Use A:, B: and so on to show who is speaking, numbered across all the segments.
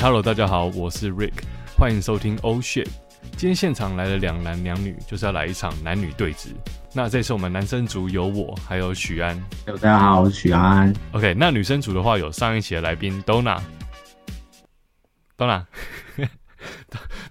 A: Hello，大家好，我是 Rick，欢迎收听 Oh Shit。今天现场来了两男两女，就是要来一场男女对峙。那这次我们男生组有我，还有许安。
B: Hello，大家好，我是许安。
A: OK，那女生组的话有上一期的来宾 Donna，Donna，Donna 人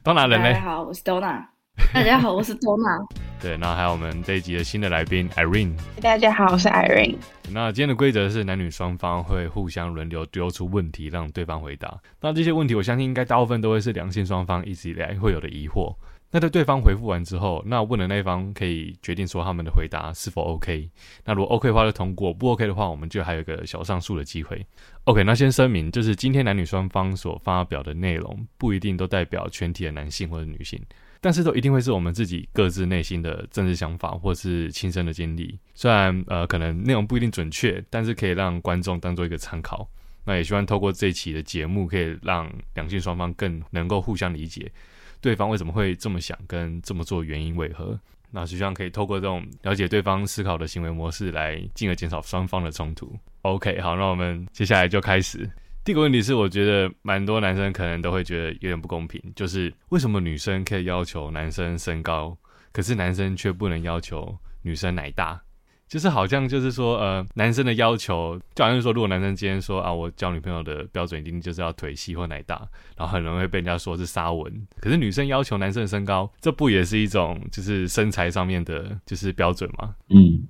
C: 大
A: 呢
C: 家？好，我是 Donna。大家好，我是 Donna。
A: 对，然后还有我们这一集的新的来宾 Irene。
D: 大家好，我是 Irene。
A: 那今天的规则是男女双方会互相轮流丢出问题，让对方回答。那这些问题，我相信应该大部分都会是两性双方一直以来会有的疑惑。那在对方回复完之后，那问的那一方可以决定说他们的回答是否 OK。那如果 OK 的话就通过，不 OK 的话，我们就还有一个小上诉的机会。OK，那先声明，就是今天男女双方所发表的内容不一定都代表全体的男性或者女性。但是都一定会是我们自己各自内心的政治想法或是亲身的经历。虽然呃可能内容不一定准确，但是可以让观众当做一个参考。那也希望透过这一期的节目，可以让两性双方更能够互相理解对方为什么会这么想跟这么做原因为何。那实际上可以透过这种了解对方思考的行为模式，来进而减少双方的冲突。OK，好，那我们接下来就开始。第一个问题是，我觉得蛮多男生可能都会觉得有点不公平，就是为什么女生可以要求男生身高，可是男生却不能要求女生奶大？就是好像就是说，呃，男生的要求，就好像是说，如果男生今天说啊，我交女朋友的标准一定就是要腿细或奶大，然后很容易被人家说是沙文。可是女生要求男生的身高，这不也是一种就是身材上面的就是标准吗？
B: 嗯，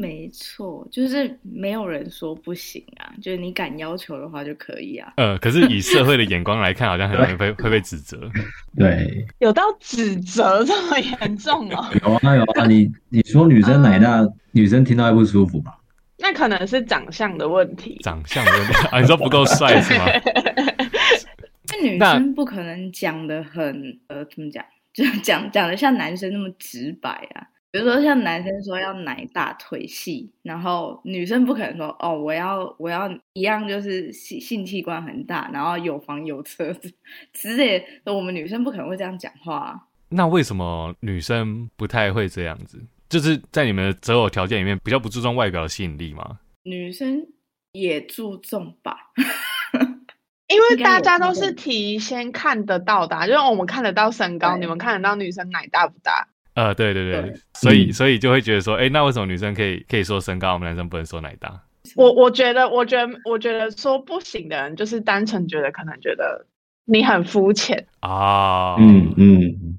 C: 没错，就是没有人说不行啊，就是你敢要求的话就可以啊。
A: 呃，可是以社会的眼光来看，好像很容易被会被指责。
B: 对，
D: 有到指责这么严重 哦？
B: 有啊有啊，你你说女生奶大，女生听到会不舒服吧？
D: 那可能是长相的问题。
A: 长相的问题 啊，你说不够帅是吗？
C: 那女
A: 那
C: 生不可能讲的很呃，怎么讲？ 就讲讲的像男生那么直白啊。比如说像男生说要奶大腿细，然后女生不可能说哦，我要我要一样就是性性器官很大，然后有房有车子 之类的，我们女生不可能会这样讲话、啊。
A: 那为什么女生不太会这样子？就是在你们的择偶条件里面，比较不注重外表的吸引力吗？
C: 女生也注重吧，
D: 因为
C: 应该有
D: 大家都
C: 这个
D: 是提先看得到的啊、就是我们看得到身高，
C: 对
D: 你们看得到女生奶大不大？
A: 呃，对对对，
C: 对
A: 所以
B: 嗯
A: 所以就会觉得说，哎、那为什么女生可以可以说身高，我们男生不能说奶大？
D: 我我觉得，我觉得，我觉得说不行的人，就是单纯觉得可能觉得你很肤浅。
A: 啊、
B: 嗯嗯，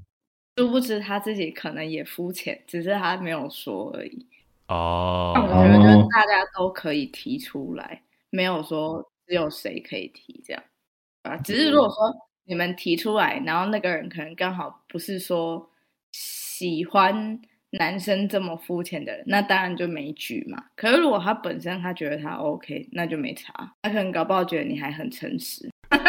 C: 殊不知她自己可能也肤浅，只是她没有说而已。但我
A: 哦，
C: 觉得就是
B: 哦
C: 大家都可以提出来，没有说只有谁可以提这样啊。只是如果说你们提出来，然后那个人可能刚好不是说喜欢男生这么肤浅的人，那当然就没局嘛。可是如果他本身他觉得他 OK，那就没差。他可能搞不好觉得你还很诚实，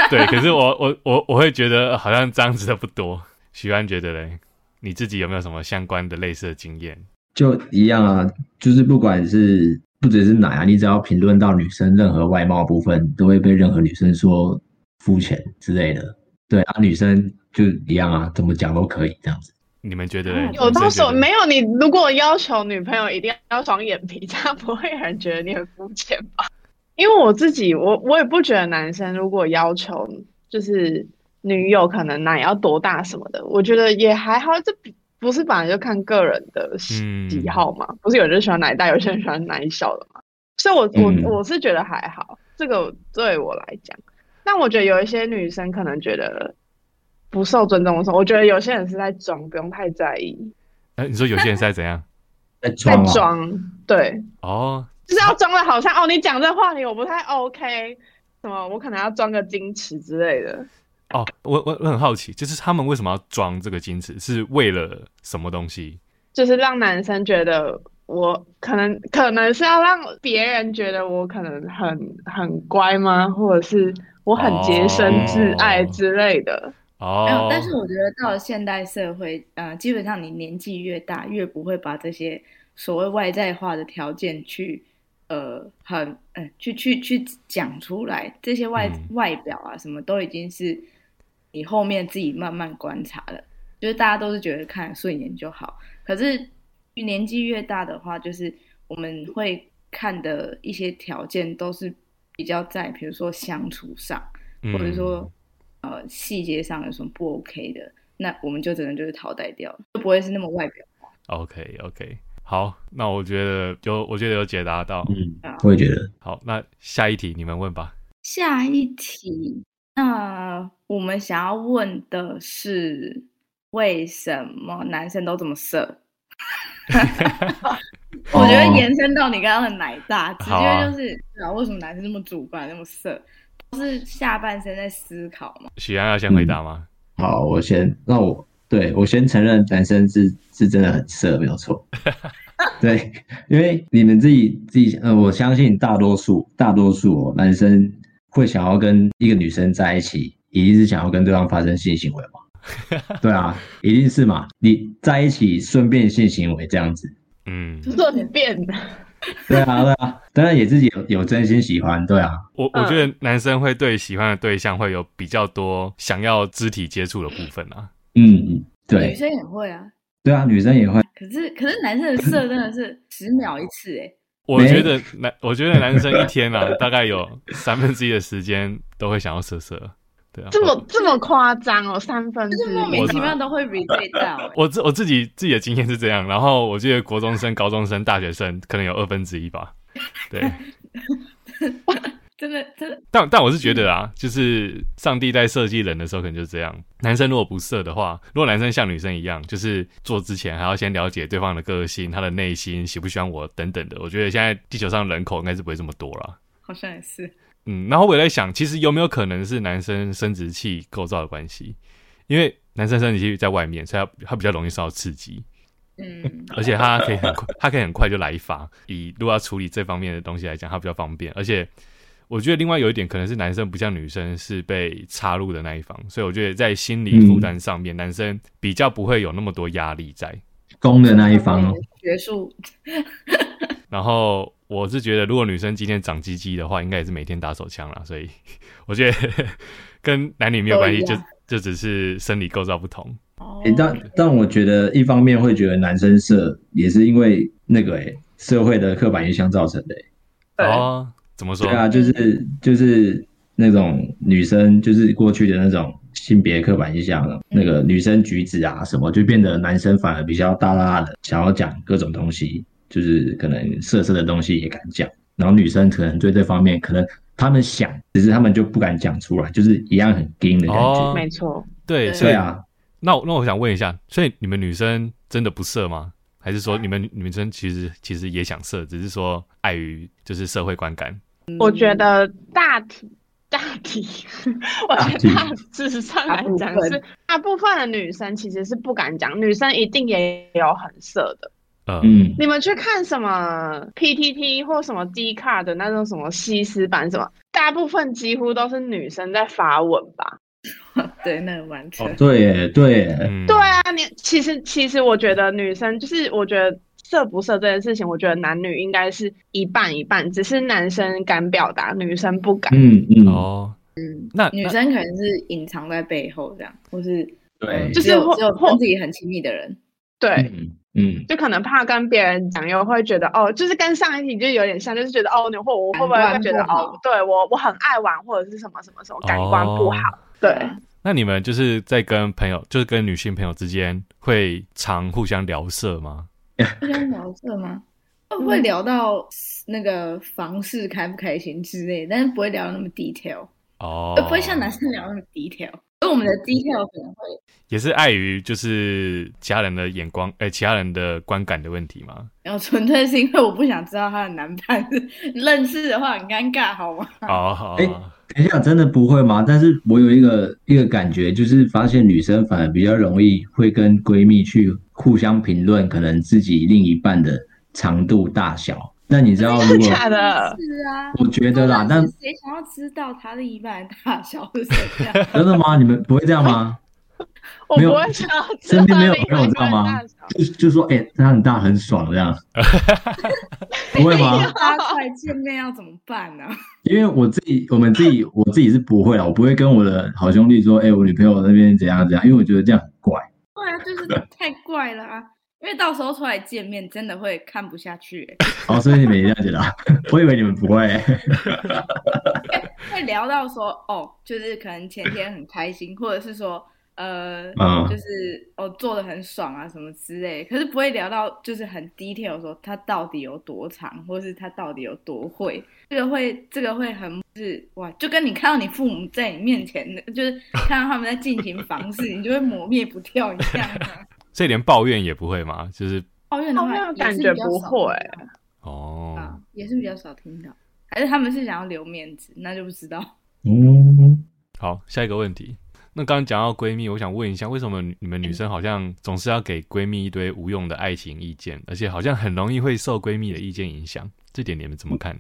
A: 对，可是我我我我会觉得好像这样子的不多。许安觉得嘞，你自己有没有什么相关的类似的经验？
B: 就一样啊，就是不管是不只是奶啊，你只要评论到女生任何外貌的部分，都会被任何女生说肤浅之类的。对啊，女生就一样啊，怎么讲都可以这样子。
A: 你们觉得嘞？
D: 啊 有到
A: 女生觉
D: 手
A: 得
D: 没有？你如果要求女朋友一定要双眼皮，这样不会有人觉得你很肤浅吧？ 因为我自己，我我也不觉得男生如果要求就是女友可能奶要多大什么的，我觉得也还好。这不不是本来就看个人的喜
A: 嗯
D: 喜好嘛？不是有人喜欢奶大，有些人喜欢奶小的嘛？所以我
B: 嗯
D: 我我是觉得还好，这个对我来讲。但我觉得有一些女生可能觉得不受尊重的时候，我觉得有些人是在装，不用太在意，
A: 呃，你说有些人是在怎样？
B: 在
D: 在
B: 装啊，
D: 装，对，
A: 哦，
D: 就是要装的好像哦，你讲这话你我不太 OK，什么我可能要装个矜持之类的。
A: 哦，我我我很好奇，就是他们为什么要装这个矜持，是为了什么东西？
D: 就是让男生觉得我可能可能是要让别人觉得我可能很很乖吗？或者是我很洁身自爱之类的。
A: 哦，
C: 没有，嗯但是我觉得到了现代社会，呃，基本上你年纪越大，越不会把这些所谓外在化的条件去，呃，很，呃，去去去讲出来。这些外、
A: 嗯
C: 外表啊，什么都已经是你后面自己慢慢观察了。就是大家都是觉得看顺眼就好，可是年纪越大的话，就是我们会看的一些条件都是比较在，比如说相处上。
A: 嗯
C: 或者说呃细节上有什么不 OK 的，那我们就只能就是淘汰掉，就不会是那么外表
A: OK OK，好，那我觉得有，我觉得有解答到。
B: 嗯
C: 啊，
B: 我也觉得，
A: 好，那下一题你们问吧。
C: 下一题，那我们想要问的是，为什么男生都这么色？我觉得
B: 哦
C: 延伸到你刚刚的奶大，直
A: 好啊
C: 接就是对啊，为什么男生那么主观，那么色？都是下半身在思考嘛？
A: 许安要先回答吗？
B: 好，我先，那我对我先承认，男生是是真的很色，没有错。对，因为你们自己自己，呃，我相信大多数大多数、哦、男生会想要跟一个女生在一起，一定是想要跟对方发生性行为嘛？对啊，一定是嘛。你在一起顺便性行为这样子，
A: 嗯，
C: 哦
D: 顺便的，
B: 对啊，对啊，当然也自己有有真心喜欢，对啊，
A: 我我觉
C: 嗯
A: 得男生会对喜欢的对象会有比较多想要肢体接触的部分啊。
B: 嗯嗯，
C: 女
B: 对
C: 生也会啊，
B: 对啊，女生也会，
C: 可是可是男生的色真的是十秒一 次哎、
A: 我觉得男，我觉得男生一天啊，大概有三分之一的时间都会想要色色。对啊，
D: 这
A: 我
D: 么这么夸张哦，三分之
C: 就是
D: 一
C: 莫名其
D: 吗
C: 妙都会 relate 到、欸。
A: 我自我自己自己的经验是这样，然后我记得国中生、高中生、大学生可能有二分之一吧。对，
C: 真的真的
A: 但但我是觉得啊，就是上帝在设计人的时候，可能就是这样。男生如果不色的话，如果男生像女生一样，就是做之前还要先了解对方的个性、他的内心喜不喜欢我等等的，我觉得现在地球上人口应该是不会这么多啦。
C: 好像也是，
A: 嗯，然后我也在想，其实有没有可能是男生生殖器构造的关系？因为男生生殖器在外面，所以他他比较容易受到刺激。
C: 嗯，
A: 而且他可以很快，他可以很快就来一发。以如果要处理这方面的东西来讲，他比较方便。而且我觉得另外有一点可能是男生不像女生是被插入的那一方，所以我觉得在心理负担上
C: 嗯
A: 面，男生比较不会有那么多压力在。
B: 攻的那一方哦，
C: 学术
A: 然后我是觉得，如果女生今天长鸡鸡的话，应该也是每天打手枪啦。所以 我觉得跟男女没有关系，
C: 都一
A: 就
C: 样
A: 就只是生理构造不同。
C: 哦
B: 诶但但我觉得一方面会觉得男生色，也是因为那个诶、社会的刻板印象造成的、诶
C: 对
A: 哦，怎么说
B: 对？啊，就是就是那种女生，就是过去的那种性别刻板印象，啊那个女生举止啊什么，就变得男生反而比较大大的，想要讲各种东西，就是可能色色的东西也敢讲，然后女生可能对这方面可能。他们想，只是他们就不敢讲出来，就是一样很硬的感觉。
A: 哦
D: 没错，
A: 对，
C: 对
A: 所
B: 对
A: 以
B: 啊，
A: 那我那我想问一下，所以你们女生真的不色吗？还是说你们女生其实其实也想色，只是说碍于就是社会观感？
D: 我觉得大体大体， 我觉得
B: 大
D: 大致上来讲
C: 大部分
D: 是大部分的女生其实是不敢讲，女生一定也有很色的。
A: 呃，
B: 嗯，
D: 你们去看什么 PTT 或什么 D 卡的那种什么西施版什么，大部分几乎都是女生在发文吧？
C: 对那个完全、
B: 对耶对耶，
A: 嗯
D: 对，啊，你其实其实我觉得女生就是我觉得。色不色这件事情，我觉得男女应该是一半一半，只是男生敢表达，女生不敢。
B: 嗯嗯，
A: 哦，那
C: 女生可能是隐藏在背后这样，或是嗯
B: 对，
D: 就是
C: 只有
D: 或
C: 只有
D: 或
C: 跟自己很亲密的人，
D: 对，
B: 嗯嗯，
D: 就可能怕跟别人讲，又会觉得哦，就是跟上一题就有点像，就是觉得哦，你或我会不会会觉得
C: 感官不好
D: 哦，对我我很爱玩或者是什么什么什么，感官不好，
A: 哦
D: 对，
C: 啊
A: 那你们就是在跟朋友，就是跟女性朋友之间会常互相聊色吗？
C: 互相聊色吗？会
D: 嗯
C: 不会聊到那个房事开不开心之类，但是不会聊那么 detail，、呃
A: 哦，
C: 不会像男生聊那么 detail。所以我们的 detail 可能会
A: 也是碍于就是其他人的眼光，呃，其他人的观感的问题吗？
C: 没有，纯粹是因为我不想知道她的男伴是 认识的话很尴尬，好吗？
A: 哦，好，
B: 哎等一下，真的不会吗？但是我有一个一个感觉，就是发现女生反而比较容易会跟闺蜜去互相评论，可能自己另一半的长度大小。那你
C: 哦
B: 知道，如
D: 真的
B: 果
D: 假的？
C: 是啊，
B: 我觉得啦，
C: 那
B: 但
C: 谁想要知道他的一半大小是怎样？
B: 真的吗？你们不会这样吗？
D: 我
B: 没有
D: 不会想要知道
B: 身边没有
D: 另
B: 朋友
D: 外一
B: 这样
D: 半
B: 吗
D: 大小？
B: 就就说，哎、它很大，很爽这 样，不会吗？
C: 大家出来见面要怎么办呢、
B: 因为我自己，我们自己，我自己是不会啦，我不会跟我的好兄弟说，哎、我女朋友那边怎样怎样，因为我觉得这样很怪。
C: 对啊，就是太怪了啊！因为到时候出来见面，真的会看
B: 어,
C: 不下去、欸。
B: 哦，所以你们也这样觉得啊？我以为你们不会、
C: 会聊到说，哦，就是可能前天很开心，或者是说，呃，
B: 嗯
C: 就是哦做的很爽啊什么之类，可是不会聊到就是很 detail 说它到底有多长，或是它到底有多会，这个会这个会很是哇，就跟你看到你父母在你面前，就是看到他们在进行房事，你就会抹灭不掉一样啊。
A: 所以连抱怨也不会嘛，就是
C: 抱怨的
D: 抱
C: 话
D: 怨
C: 也是
D: 感
C: 比
D: 觉
C: 较
D: 不
C: 少
D: 会
C: 听到
A: 哦，
C: 啊，也是比较少听到，还是他们是想要留面子，那就不知道。
B: 嗯，
A: 好，下一个问题。那刚刚讲到闺蜜，我想问一下，为什么你们女生好像总是要给闺蜜一堆无用的爱情意见，而且好像很容易会受闺蜜的意见影响？这点你们怎么看？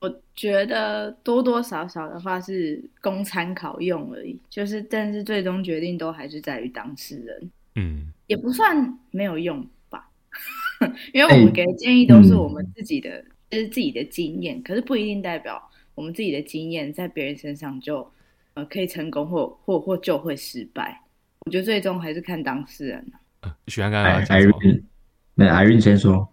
C: 我觉得多多少少的话是供参考用而已，就是但是最终决定都还是在于当事人，
A: 嗯，
C: 也不算没有用吧， 因
B: 哎
C: 为我们给的建议都是我们自己的，就是自己的经验，可是不一定代表我们自己的经验在别人身上就呃可以成功或或或就会失败。我觉得最终还是看当事人啊
A: 呃许安刚刚
B: 艾
A: 要讲什么？
B: Irene，那 Irene 先说，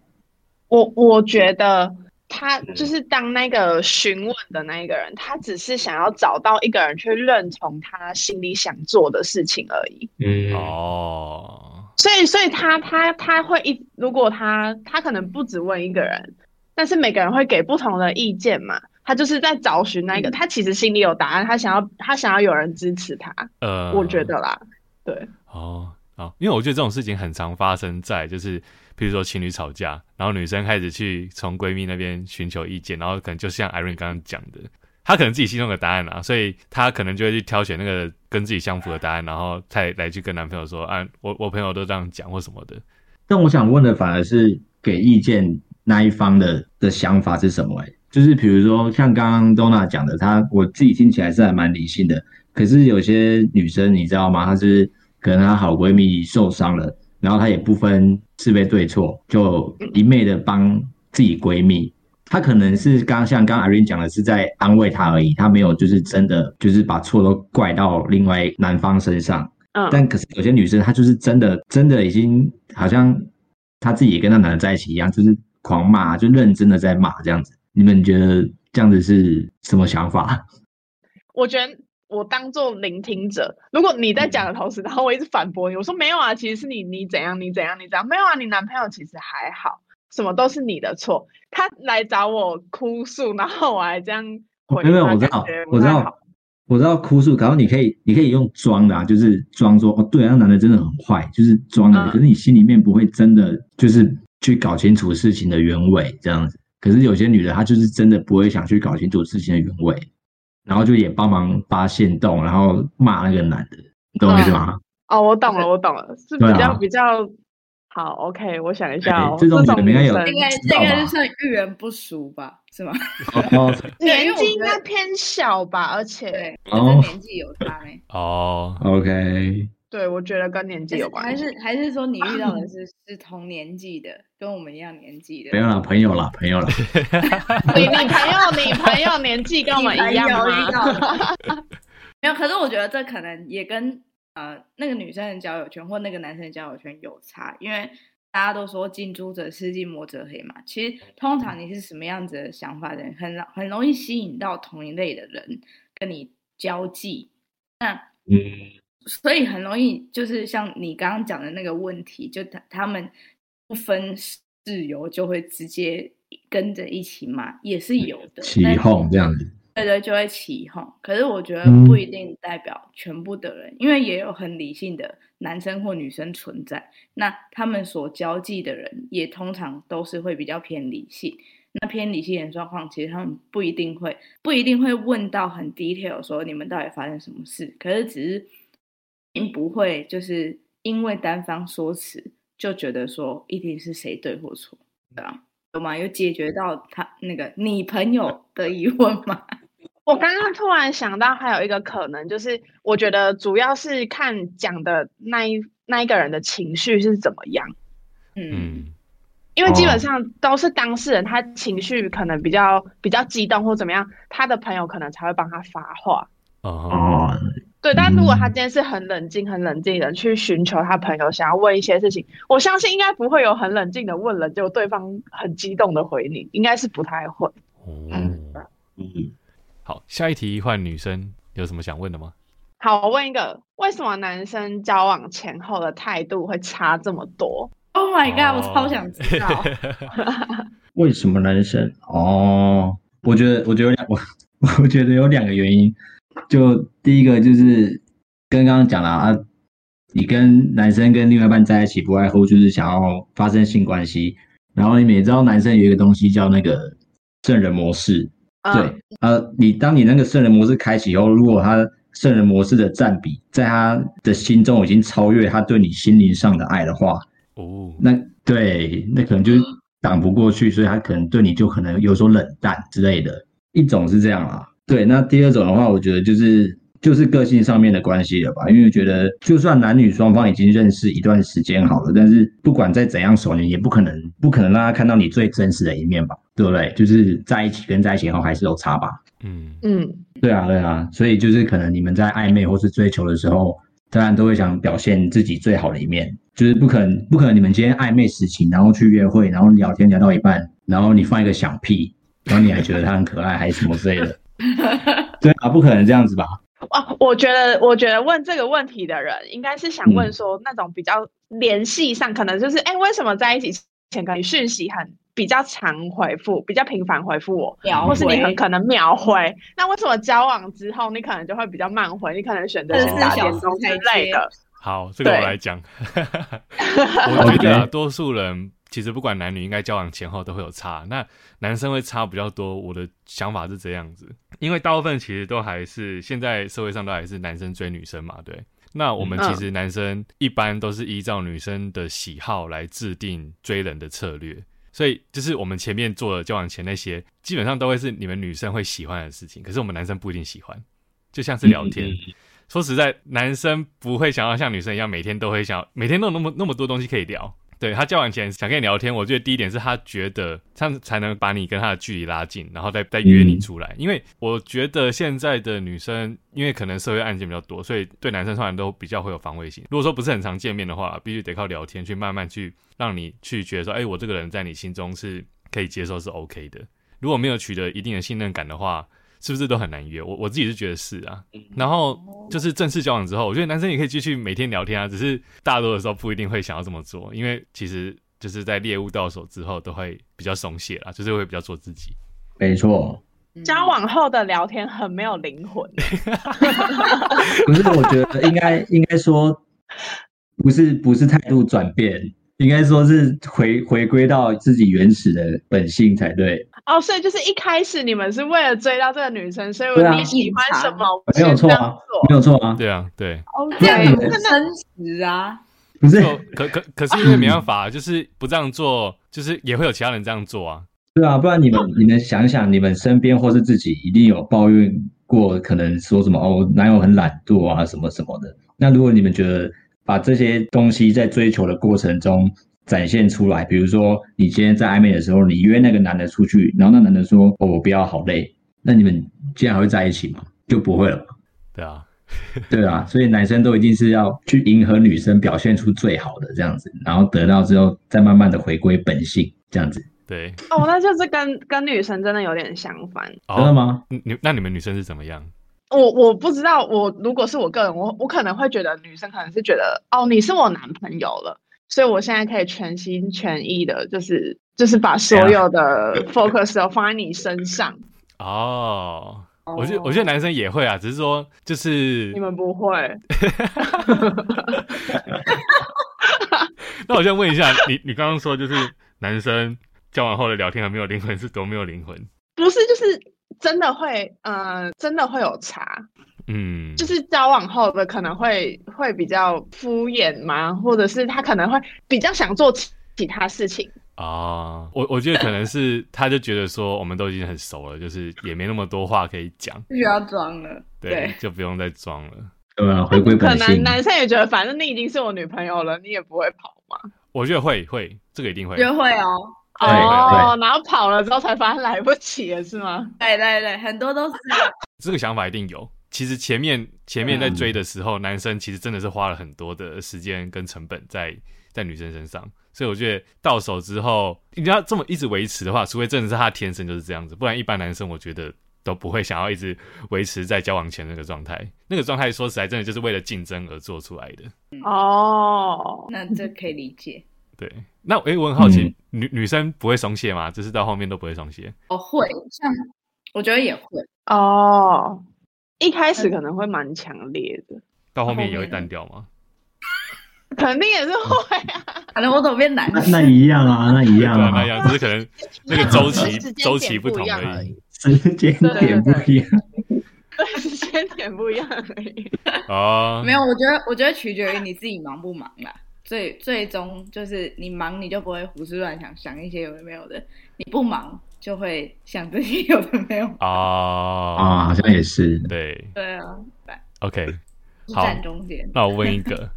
D: 我我觉得他
C: 嗯
D: 就是当那个询问的那一个人，他只是想要找到一个人去认同他心里想做的事情而已。
B: 嗯
A: 음. 어.哦，
D: 所以，所以他他他会一，如果他他可能不只问一个人，但是每个人会给不同的意见嘛。他就是在找寻那个，
C: 嗯
D: 他其实心里有答案，他想要他想要有人支持他，
A: 呃，
B: 嗯
D: 我觉得啦，对，
A: 哦，好，因为我觉得这种事情很常发生在就是，比如说情侣吵架，然后女生开始去从闺蜜那边寻求意见，然后可能就像 Irene 刚刚讲的，她可能自己心中有答案啦，啊所以她可能就会去挑选那个跟自己相符的答案，然后再来去跟男朋友说，啊，我我朋友都这样讲或什么的。
B: 但我想问的反而是给意见那一方的的想法是什么、欸？就是比如说像刚刚 Donna 讲的，她我自己听起来是还蛮理性的，可是有些女生你知道吗？她是可能她好闺蜜受伤了，然后她也不分是非对错，就一昧的帮自己闺蜜。她可能是刚像刚 Irene 讲的，是在安慰她而已，她没有就是真的就是把错都怪到另外男方身上。
D: 嗯，
B: 但可是有些女生她就是真的真的已经好像她自己也跟那男的在一起一样，就是狂骂，就认真的在骂这样子。你们觉得这样子是什么想法？
D: 我觉得我当做聆听者，如果你
B: 嗯
D: 在讲的同时，然后我一直反驳你，我说没有啊，其实是你你怎样你怎样你怎样，没有啊，你男朋友其实还好，什么都是你的错。他来找我哭诉，然后我还这样回
B: 哦没有没有，
D: 他
B: 我知
D: 感
B: 道
D: 觉，不
B: 我知
D: 太
B: 道
D: 好，
B: 我知道哭诉，然后你可以你可以用装的、啊，就是装说哦，对啊，那男的真的很坏，就是装的。
D: 嗯
B: 可是你心里面不会真的就是去搞清楚事情的原委这样子。可是有些女的她就是真的不会想去搞清楚事情的原委，然后就也帮忙发现洞，然后骂那个男的，你懂我意思吗？
D: 哦，我懂了，我懂了，是比
B: 对啊
D: 较、比较好。OK，我想一下
B: 哎
D: 哦，
B: 这种
D: 种
B: 女的应该有
D: 女生
C: 这个
B: 哎知
C: 这
B: 道吧
C: 个就算遇人不淑吧，是吗？
B: 哦，
C: 对因为
D: 年
C: 我
D: 纪应
C: 觉
D: 该
C: 得
D: 偏小吧，而且
C: 对，
B: 哦
C: 跟年纪有差没？
A: 哦，
B: OK，
D: 对我觉得跟年纪有关
C: 还
D: 系。
C: 是还是说你遇到 的是是同年纪的，跟我们一样年纪的？
B: 没有啦，朋友啦，朋友啦。
D: 你你朋友你朋友年纪跟我们一样吗？
C: 吗？ 没有，可是我觉得这可能也跟呃那个女生的交友圈或那个男生的交友圈有差，因为大家都说近朱者赤，近墨者黑嘛。其实通常你是什么样子的想法的人，很容很容易吸引到同一类的人跟你交际。那
B: 嗯，
C: 所以很容易就是像你刚刚讲的那个问题，就他他们不分室友就会直接跟着一起骂，也是有的。
B: 起
C: 但是
B: 哄这样子。
C: 对对，就会起哄。可是我觉得
B: 嗯
C: 不一定代表全部的人，因为也有很理性的男生或女生存在。那他们所交际的人，也通常都是会比较偏理性。那偏理性的状况，其实他们不一定会不一定会问到很 detail，说你们到底发生什么事。可是只是并不会就是因为单方说辞就觉得说一定是谁对或错，对啊，懂吗？有解决到他那个你朋友的疑问吗？
D: 我刚刚突然想到，还有一个可能就是，我觉得主要是看讲的那一那一个人的情绪是怎么样，
C: 嗯，
A: 嗯，
D: 因为基
B: 哦
D: 本上都是当事人，他情绪可能比较比较激动或怎么样，他的朋友可能才会帮他发话。
A: 哦，
B: 哦，
D: 对，但如果他
B: 嗯
D: 今天是很冷静、很冷静的去寻求他朋友，想要问一些事情，我相信应该不会有很冷静的问了，结果对方很激动的回你，应该是不太会。
A: 哦，
C: 嗯
B: 嗯，
A: 好，下一题换女生，有什么想问的吗？
D: 好，我问一个，为什么男生交往前后的态度会差这么多？
C: Oh my god！、
A: 哦
C: 我超 想知道，
B: 为什么男生？哦，我觉得，我觉得有两，我 我觉得有两个原因。就第一个就是跟刚刚讲了啊，你跟男生跟另外一半在一起，不外乎就是想要发生性关系。然后你们也知道，男生有一个东西叫那个圣人模式，
D: 嗯、
B: 对，呃，你当你那个圣人模式开启以后，如果他圣人模式的占比在他的心中已经超越他对你心灵上的爱的话，
A: 哦，
B: 那对，那可能就是挡不过去，所以他可能对你就可能有所冷淡之类的。一种是这样啦，对。那第二种的话，我觉得就是就是个性上面的关系了吧，因为觉得就算男女双方已经认识一段时间好了，但是不管再怎样熟，你也不可能不可能让他看到你最真实的一面吧，对不对？就是在一起跟在一起后还是有差吧。
A: 嗯，
D: 嗯，
B: 对啊，对啊，所以就是可能你们在暧昧或是追求的时候，当然都会想表现自己最好的一面，就是不可能不可能你们今天暧昧时期，然后去约会，然后聊天聊到一半，然后你放一个响屁，然后你还觉得他很可爱还是什么之类的，对啊，不可能这样子吧？
D: 啊，我觉得，我觉得问这个问题的人，应该是想问
B: 嗯
D: 说那种比较联系上，可能就是，哎、为什么在一起前跟你讯息很比较常回复，比较频繁回复我，
C: 秒
D: 或是你
C: 回
D: 很可能秒回？那为什么交往之后，你可能就会比较慢回，你可能选择是
A: 24
D: 打
A: 小
D: 电
A: 时
D: 动之
C: 才
D: 类
C: 接
D: 的？
A: 好，这个我
D: 对
A: 来讲。我觉
B: OK
A: 得、啊、多数人其实不管男女，应该交往前后都会有差。那男生会差比较多，我的想法是这样子，因为大部分其实都还是现在社会上都还是男生追女生嘛，对。那我们
D: 嗯
A: 其实男生一般都是依照女生的喜好来制定追人的策略，所以就是我们前面做的交往前那些，基本上都会是你们女生会喜欢的事情，可是我们男生不一定喜欢，就像是聊天。
B: 嗯嗯
A: 说实在，男生不会想要像女生一样每天都会想要，每天都有那么那么多东西可以聊。对他交往前想跟你聊天，我觉得第一点是他觉得这样才能把你跟他的距离拉近，然后再再约你出来。因为我觉得现在的女生，因为可能社会案件比较多，所以对男生通常都比较会有防卫心。如果说不是很常见面的话，必须得靠聊天去慢慢去让你去觉得说，哎、我这个人在你心中是可以接受，是 OK 的。如果没有取得一定的信任感的话，是不是都很难约？我我自己是觉得是啊。然后就是正式交往之后，我觉得男生也可以继续每天聊天啊，只是大多的时候不一定会想要这么做，因为其实就是在猎物到手之后都会比较松懈啦，就是会比较做自己。
B: 没错，
C: 嗯
D: 交往后的聊天很没有灵魂，
B: 不是，我觉得应该应该说不是不是态度转变，应该说是回回归到自己原始的本性才对。
D: 哦，所以就是一开始你们是为了追到这个女生，所以
B: 对啊
D: 你喜欢什么，我
B: 没有
D: 先
B: 错
D: 这
B: 啊
D: 样做。
B: 没有错啊，
A: 对啊，对，
C: 哦，这样
B: 对
C: 很真实啊！
B: 不是
A: 就可可可是因为没办法，就是不这样做，就是也会有其他人这样做啊。
B: 对啊，不然你们你们想想，你们身边或是自己一定有抱怨过，可能说什么哦，男友很懒惰啊，什么什么的。那如果你们觉得把这些东西在追求的过程中展现出来，比如说你今天在暧昧的时候，你约那个男的出去，然后那男的说哦，我不要，好累，那你们竟然还会在一起吗？就不会了嘛。
A: 对啊，
B: 对啊，所以男生都一定是要去迎合女生，表现出最好的这样子，然后得到之后再慢慢的回归本性，这样子，
A: 对。
D: 哦，那就是跟跟女生真的有点相反。
A: 哦
B: 真的？吗？
A: 你你那你们女生是怎么样？
D: 我我不知道，我如果是我个人，我我可能会觉得女生可能是觉得哦，你是我男朋友了，所以我现在可以全心全意的，就是就是
A: 啊
D: 把所有的 focus 都放在你身上。
A: 哦，我觉得我觉得男生也会啊，只是说就是
D: 你们不会？
A: 那我先问一下， 你你刚刚说就是男生交往后的聊天很没有灵魂，是多没有灵魂？
D: 不是，就是真的会，呃，真的会有差。
A: 嗯，
D: 就是交往后的可能会会比较敷衍嘛，或者是他可能会比较想做其其他事情。
A: 啊，我我觉得可能是他就觉得说我们都已经很熟了，就是也没那么多话可以讲，
C: 不需要装了，
A: 对，
C: 对，
A: 就不用再装了。
B: 对啊，回归
D: 可
B: 本
D: 能
B: 性。
D: 男生也觉得，反正你已经是我女朋友了，你也不会跑嘛。
A: 我觉得会会，这个一定会。
C: 约会哦，
B: 对
D: 哦，然后跑了之后才发现来不及了，是吗？
C: 对对对，很多都是
A: 这个想法一定有。其实前面前面在追的时候，男生其实真的是花了很多的时间跟成本在在女生身上，所以我觉得到手之后，你要这么一直维持的话，除非真的是他天生就是这样子，不然一般男生我觉得都不会想要一直维持在交往前那个状态。那个状态说实在，真的就是为了竞争而做出来的。
D: 哦，
C: 那这可以理解。
A: 对，那诶、我很好奇，
B: 嗯
A: 女女生不会松懈吗？就是到后面都不会松懈。
C: 我会，像我觉得也会，
D: 哦，一开始可能会蛮强烈的，
A: 到后面
C: 后
A: 也会
C: 面
A: 淡掉吗？
D: 肯定也是
A: 嗯
D: 会啊。
C: 可能我怎么变男
B: 那
C: 生
B: 那一样 啊，那一
A: 对
B: 样
A: 啊，那
B: 啊，
A: 样只是可能 那个周期
E: 时间点
A: 周期
E: 不
A: 同
E: 一样
A: 而
E: 而
A: 已
E: 已。
B: 时间点不一样。
D: 对，时间点不一样 而已。
A: 哦，
C: 没有，我觉得我觉得取决于你自己忙不忙啦。最最终就是你忙，你就不会胡思乱想，想一些有的没有的；你不忙，就会想这些有的没有。
A: 啊，
B: 啊，好像也是。
A: 对
C: 对啊，对
A: ，OK。
C: 就是
A: 好
C: 站中间。
A: 那我问一个，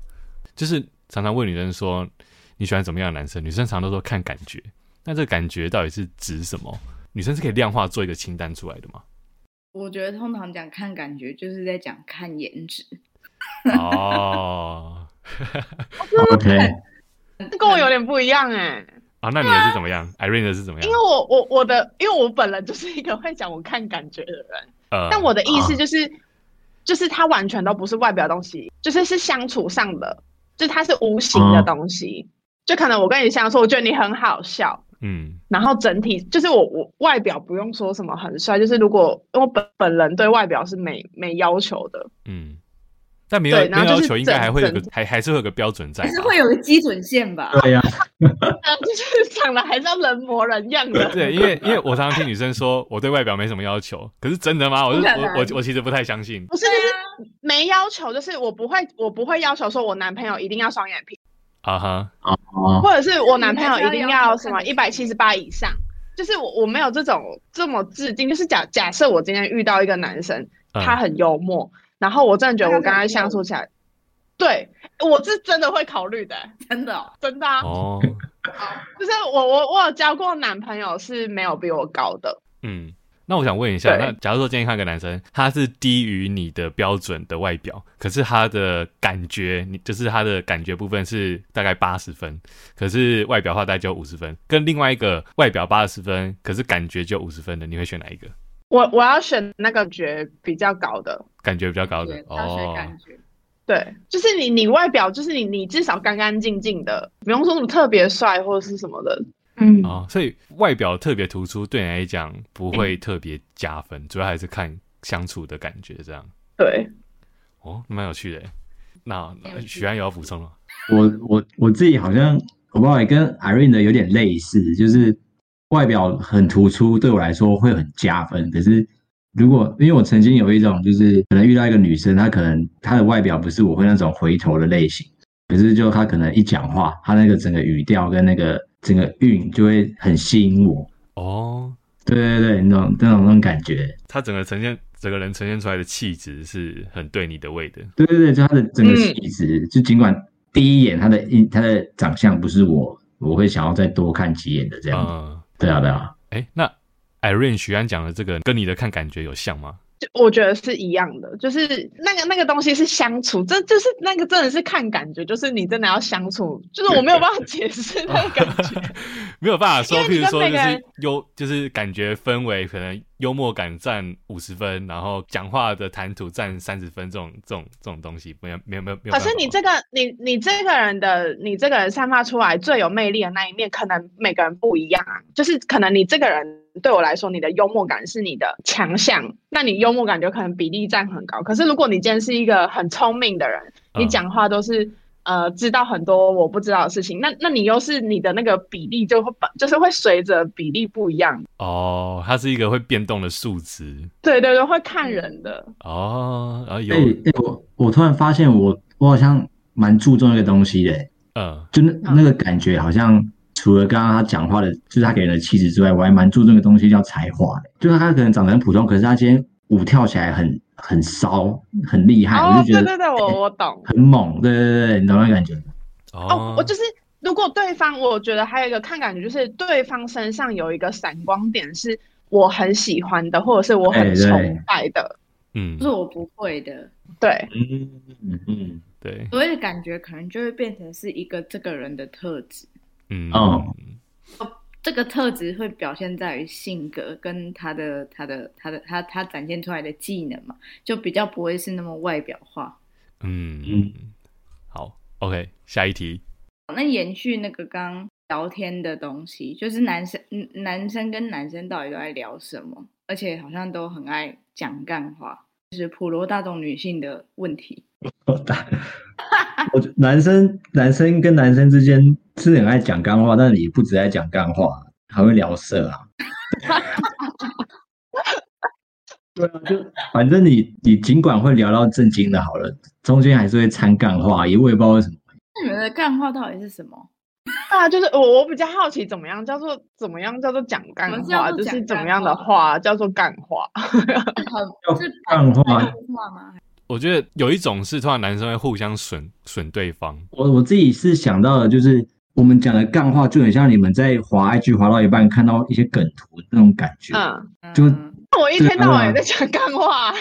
A: 就是常常问女生说你喜欢怎么样的男生，女生常都说看感觉，那这个感觉到底是指什么？女生是可以量化做一个清单出来的吗？
C: 我觉得通常讲看感觉，就是在讲看颜值。
A: 哦，
B: OK，
D: 这跟我有点不一样哎、
A: 啊，那你的是怎么样？Irene 的是怎么
D: 因
A: 样
D: 为？我我我的，因为我本人就是一个会讲我看感觉的人，
A: 呃，
D: 但我的意思
B: 啊
D: 就是，就是它完全都不是外表的东西，就是是相处上的，就是它是无形
A: 嗯
D: 的
B: 哦
D: 东西。就可能我跟你相处，我觉得你很好笑，
A: 嗯
D: 然后整体就是我我外表不用说什么很帅，就是如果因为我本本人对外表是没没要求的，
A: 嗯，但没有没
D: 对然
A: 有
D: 后就
A: 要
D: 是
A: 求，应该还会有个
D: 整
A: 还还是会有个标准在
C: 还
A: 吧，
C: 是会有个基准线吧？
B: 对呀，
D: 就是长得还是要人模人样的。
A: 对，因为因为我常常听女生说我对外表没什么要求，可是真的吗？我是
C: 不可
A: 我
C: 能
A: 我我其实不太相信
D: 不是，就是没要求，就是我不会，我不会要求说我男朋友一定要双眼皮，
A: 啊哈，
B: 哦，
D: 或者是我男朋友一定要什么
C: 你
D: 一
C: 还
D: 百
C: 是
D: 七
C: 要
D: 十八以上，就是我我没有这种这么制定。就是假假设我今天遇到一个男生，
A: 嗯
D: 他很幽默，然后我真的觉得我跟
C: 他
D: 他
C: 很
D: 相处起来，对我是真的会考虑的、
C: 真的、哦，
D: 真的啊，
A: 哦，
D: 就是我我我有交过男朋友是没有比我高的，
A: 嗯，那我想问一下，
D: 对
A: 那假如说今天看一个男生，他是低于你的标准的外表，可是他的感觉，你就是他的感觉部分是大概八十分，可是外表的话大概就五十分，跟另外一个外表八十分，可是感觉就五十分的，你会选哪一个？
D: 我我要选那个觉比较高的，
A: 感觉比较高的
C: 对，大学
A: 哦，
C: 感觉。
D: 对，就是你，你外表就是你，你至少干干净净的，不用说什么特别帅或者是什么的。
E: 嗯，
A: 哦，所以外表特别突出对你来讲不会特别加分，主要还是看相处的感觉这样。
D: 对，
A: 哦，蛮有趣的耶。那
C: 蛮有趣的
A: 许安有要补充了吗？
B: 我我我自己好像我不知道，也哎跟 Irene 的有点类似，就是外表很突出，对我来说会很加分。可是如果因为我曾经有一种，就是可能遇到一个女生，她可能她的外表不是我会那种回头的类型，可是就她可能一讲话，她那个整个语调跟那个整个韵就会很吸引我。
A: 哦，
B: 对对对，那种那种那种感觉，
A: 他整个呈现整个人呈现出来的气质是很对你的味的。
B: 对对对，就她的整个
D: 嗯
B: 气质，就尽管第一眼她的印她的长相不是我，我会想要再多看几眼的这样子。
A: 嗯，
B: 对啊，对啊，
A: 哎、那 Irene 许安讲的这个跟你的看感觉有像吗？
D: 就我觉得是一样的，就是那个那个东西是相处，这就是那个真的是看感觉，就是你真的要相处，就是我没有办法解释那 个感觉。
A: 没有办法说，
D: 因为
A: 譬
D: 你
A: 如
D: 跟
A: 说
D: 每
A: 就
D: 个
A: 是
D: 人
A: 幽，就是感觉氛围可能幽默感占五十分，然后讲话的谈吐占三十分，这种这种这种东西没有没有没有没有
D: 可
A: 办法。
D: 是你这个你你这个人的你这个人散发出来最有魅力的那一面，可能每个人不一样啊。就是可能你这个人对我来说，你的幽默感是你的强项，那你幽默感就可能比例占很高。可是如果你今天是一个很聪明的人，
A: 嗯
D: 你讲话都是、呃知道很多我不知道的事情，那那你又是你的那个比例就会就是会随着比例不一样。
A: 哦，它是一个会变动的数值
D: 对对对，会看人的。
B: 嗯
A: 哦，然后有
B: 哎、哎我我突然发现我我好像蛮注重一个东西的、
A: 嗯
B: 就那那个感觉好像除了刚刚他讲话的，就是他给人的气质之外，我还蛮注重一个东西叫才华的、就是他可能长得很普通，可是他今天舞跳起来很很骚，很厉害，
D: 哦
B: 我，就觉
D: 对
B: 得
D: 对对，
B: 哎
D: 我我 懂。
B: 很猛，对对对，你懂那感觉吗？
D: 哦，我就是如果对方，我觉得还有一个看感觉，就是对方身上有一个闪光点是我很喜欢的，或者是我
B: 哎
D: 很
B: 对
D: 崇拜的。
A: 嗯
C: 就是我不会的，
D: 对，
B: 嗯嗯嗯，
A: 对
C: 所谓的感觉可能就会变成是一个这个人的特质。
A: 嗯
B: 哦
C: 哦这个特质会表现在于性格跟他的他的他的他他展现出来的技能嘛，就比较不会是那么外表化。
A: 嗯
B: 嗯
A: 嗯，好，OK，下一题，
C: 那延续那个刚聊天的东西，就是男生嗯男生跟男生到底都在聊什么，而且好像都很爱讲干话，就是普罗大众女性的问题。
B: 我打，我觉得男生男生跟男生之间是很爱讲干话，但也不只爱讲干话，还会聊色啊。对啊，就反正你你尽管会聊到正经的，好了，中间还是会掺干话，也我也不知道为什么。
C: 那你们的干话到底是什么？
D: 啊，就是我我比较好奇，怎么样叫做怎么样叫做讲干
C: 么叫
D: 话，
C: 做
D: 就是
C: 讲
D: 怎么
C: 干
D: 样的
C: 话
D: 话叫做干话？
C: 是
B: 要
C: 很是
B: 干话
C: 白话吗？
A: 我觉得有一种是通常男生会互相损损对方，
B: 我我自己是想到的，就是我们讲的干话，就很像你们在滑 IG 滑到一半看到一些梗图那种感觉。
D: 嗯，
B: 就
C: 嗯
D: 那我一
B: 对
D: 天到
B: 啊
D: 晚也在讲干话，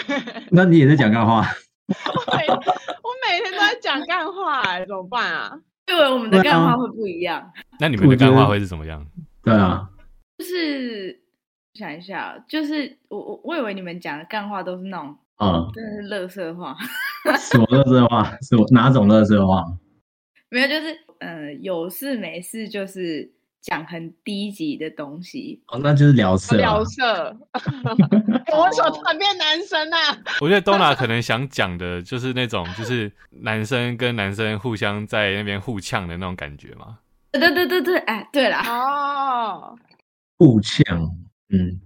B: 那你也在讲干话？
D: 我每我每天都在讲干话、欸，怎么办啊？
C: 因为我们的
B: 对啊
C: 干话会不一样。
A: 那你们的
B: 我觉
A: 干话
B: 得
A: 会是怎么样？
B: 对啊，
C: 就是想一下，哦就是我我我以为你们讲的干话都是那种
B: 嗯，
C: 真的是乐色话，
B: 什么乐色话？什么哪种乐色话？
C: 没有，就是呃有事没事就是讲很低级的东西。
B: 哦，那就是聊色、啊
D: 聊。色， 我为什么突然变男生啊？
A: 我觉得 Donna 可能想讲的就是那种，就是男生跟男生互相在那边互呛的那种感觉嘛。
C: 对对对对，哎，对
D: 啊
C: 啦，
D: 哦，
B: 互呛，嗯，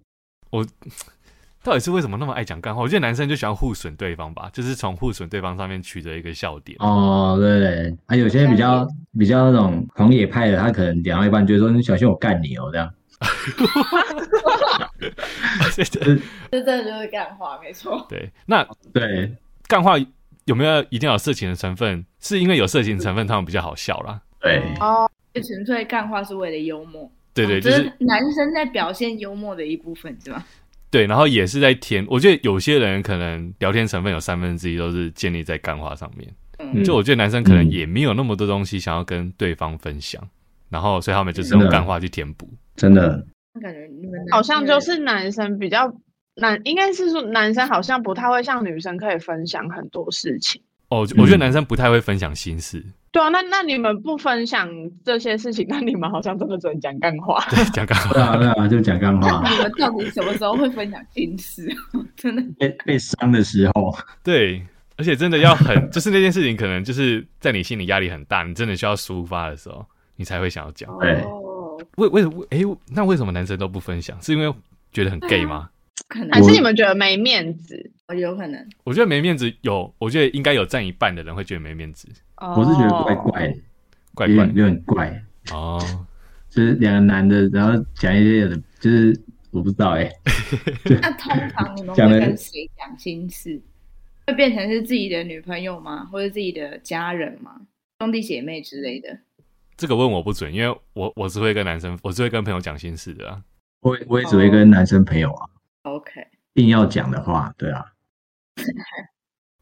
A: 到底是为什么那么爱讲干话？我觉得男生就喜欢互损对方吧，就是从互损对方上面取得一个笑点。
B: 哦，对对，还、有些比较比较那种狂野派的，他可能讲到一半就说：“你小心我干你哦。”这样，
C: 这真的就是干话，没错。
A: 对，那
B: 对，
A: 干话有没有一定要有色情的成分？是因为有色情成分，他们比较好笑啦。
B: 对，
D: 哦
C: 就纯粹干话是为了幽默，
A: 对对，
C: 哦
A: 就
C: 这
A: 是
C: 男生在表现幽默的一部分，是吗？
A: 对，然后也是在填。我觉得有些人可能聊天成分有三分之一都是建立在干话上面。
C: 嗯，
A: 就我觉得男生可能
B: 嗯
A: 也没有那么多东西想要跟对方分享，然后所以他们就是
B: 真
A: 用
B: 的
A: 干话去填补。
B: 真的，
C: 感觉你们男
D: 好像
C: 你
D: 就
C: 们
D: 是男生比较男，应该是说男生好像不太会像女生可以分享很多事情。
A: 哦，我觉得
B: 嗯
A: 男生不太会分享心事，
D: 对啊，那那你们不分享这些事情，那你们好像真的只能讲干话。
A: 对，讲干
B: 对啊，
A: 话。
B: 对啊，就讲干话，
C: 你们到底什么时候会分享心事？ 真的
B: 被被伤的时
C: 哦
B: 候，
A: 对，而且真的要很， 就是那件事情可能就是在你心里压力很大，你真的需要抒发的时候，你才会想要讲。
B: 对
C: 哦，
A: 为为什么？哎、那为什么男生都不分享？是因为觉得很 gay 吗？
C: 可
D: 还
C: 能
D: 是你们觉得没面子？
C: 我有可能，
B: 啊
A: 我觉得没面子有，我觉得应该有占一半的人会觉得没面子，
D: 哦
B: 我是觉得怪怪的，
A: 怪
B: 有
A: 怪
B: 点有点怪，
A: 哦。
B: 就是两个男的，然后讲一些有的，就是我不知道哎、
C: 那通常你们会
B: 讲得
C: 跟谁讲心事？会变成是自己的女朋友吗？或者自己的家人吗？兄弟姐妹之类的？
A: 这个问我不准，因为我我只会跟男生，我只会跟朋友讲心事的、啊。
B: 我也我也只会跟男生朋友啊，
C: OK，
B: 硬要讲的话，对啊，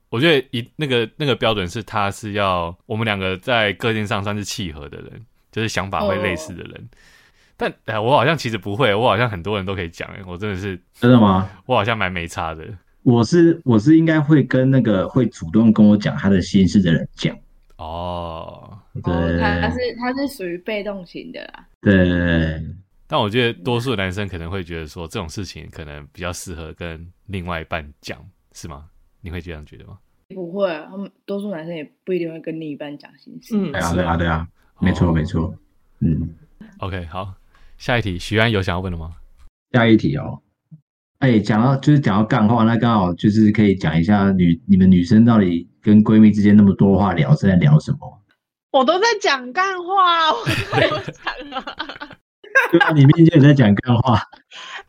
A: 我觉得一那个那个标准是，他是要我们两个在个性上算是契合的人，就是想法会类似的人。
D: 哦
A: 但哎、我好像其实不会，我好像很多人都可以讲、哎我真的是，
B: 真的吗？
A: 欸我好像蛮没差的。
B: 我是我是应该会跟那个会主动跟我讲他的心事的人讲，
A: 哦，
B: 对
C: 哦，他是他是属于被动型的啦。
B: 对，
A: 但我觉得多数男生可能会觉得说，这种事情可能比较适合跟另外一半讲，是吗？你会这样觉得吗？
C: 不会，啊他们多数男生也不一定会跟另一半讲心事。
D: 嗯
B: 对，啊，对啊，对啊， 没错，
A: 哦
B: 没。错，嗯，
A: OK，好，下一题，许安有想要问的吗？
B: 下一题哦，哎，讲到就是讲到干话，那刚好就是可以讲一下女你们女生到底跟闺蜜之间那么多话聊是在聊什么？
D: 我都在讲干话，我都在讲啊了。
B: 对啊，你面前在讲干话，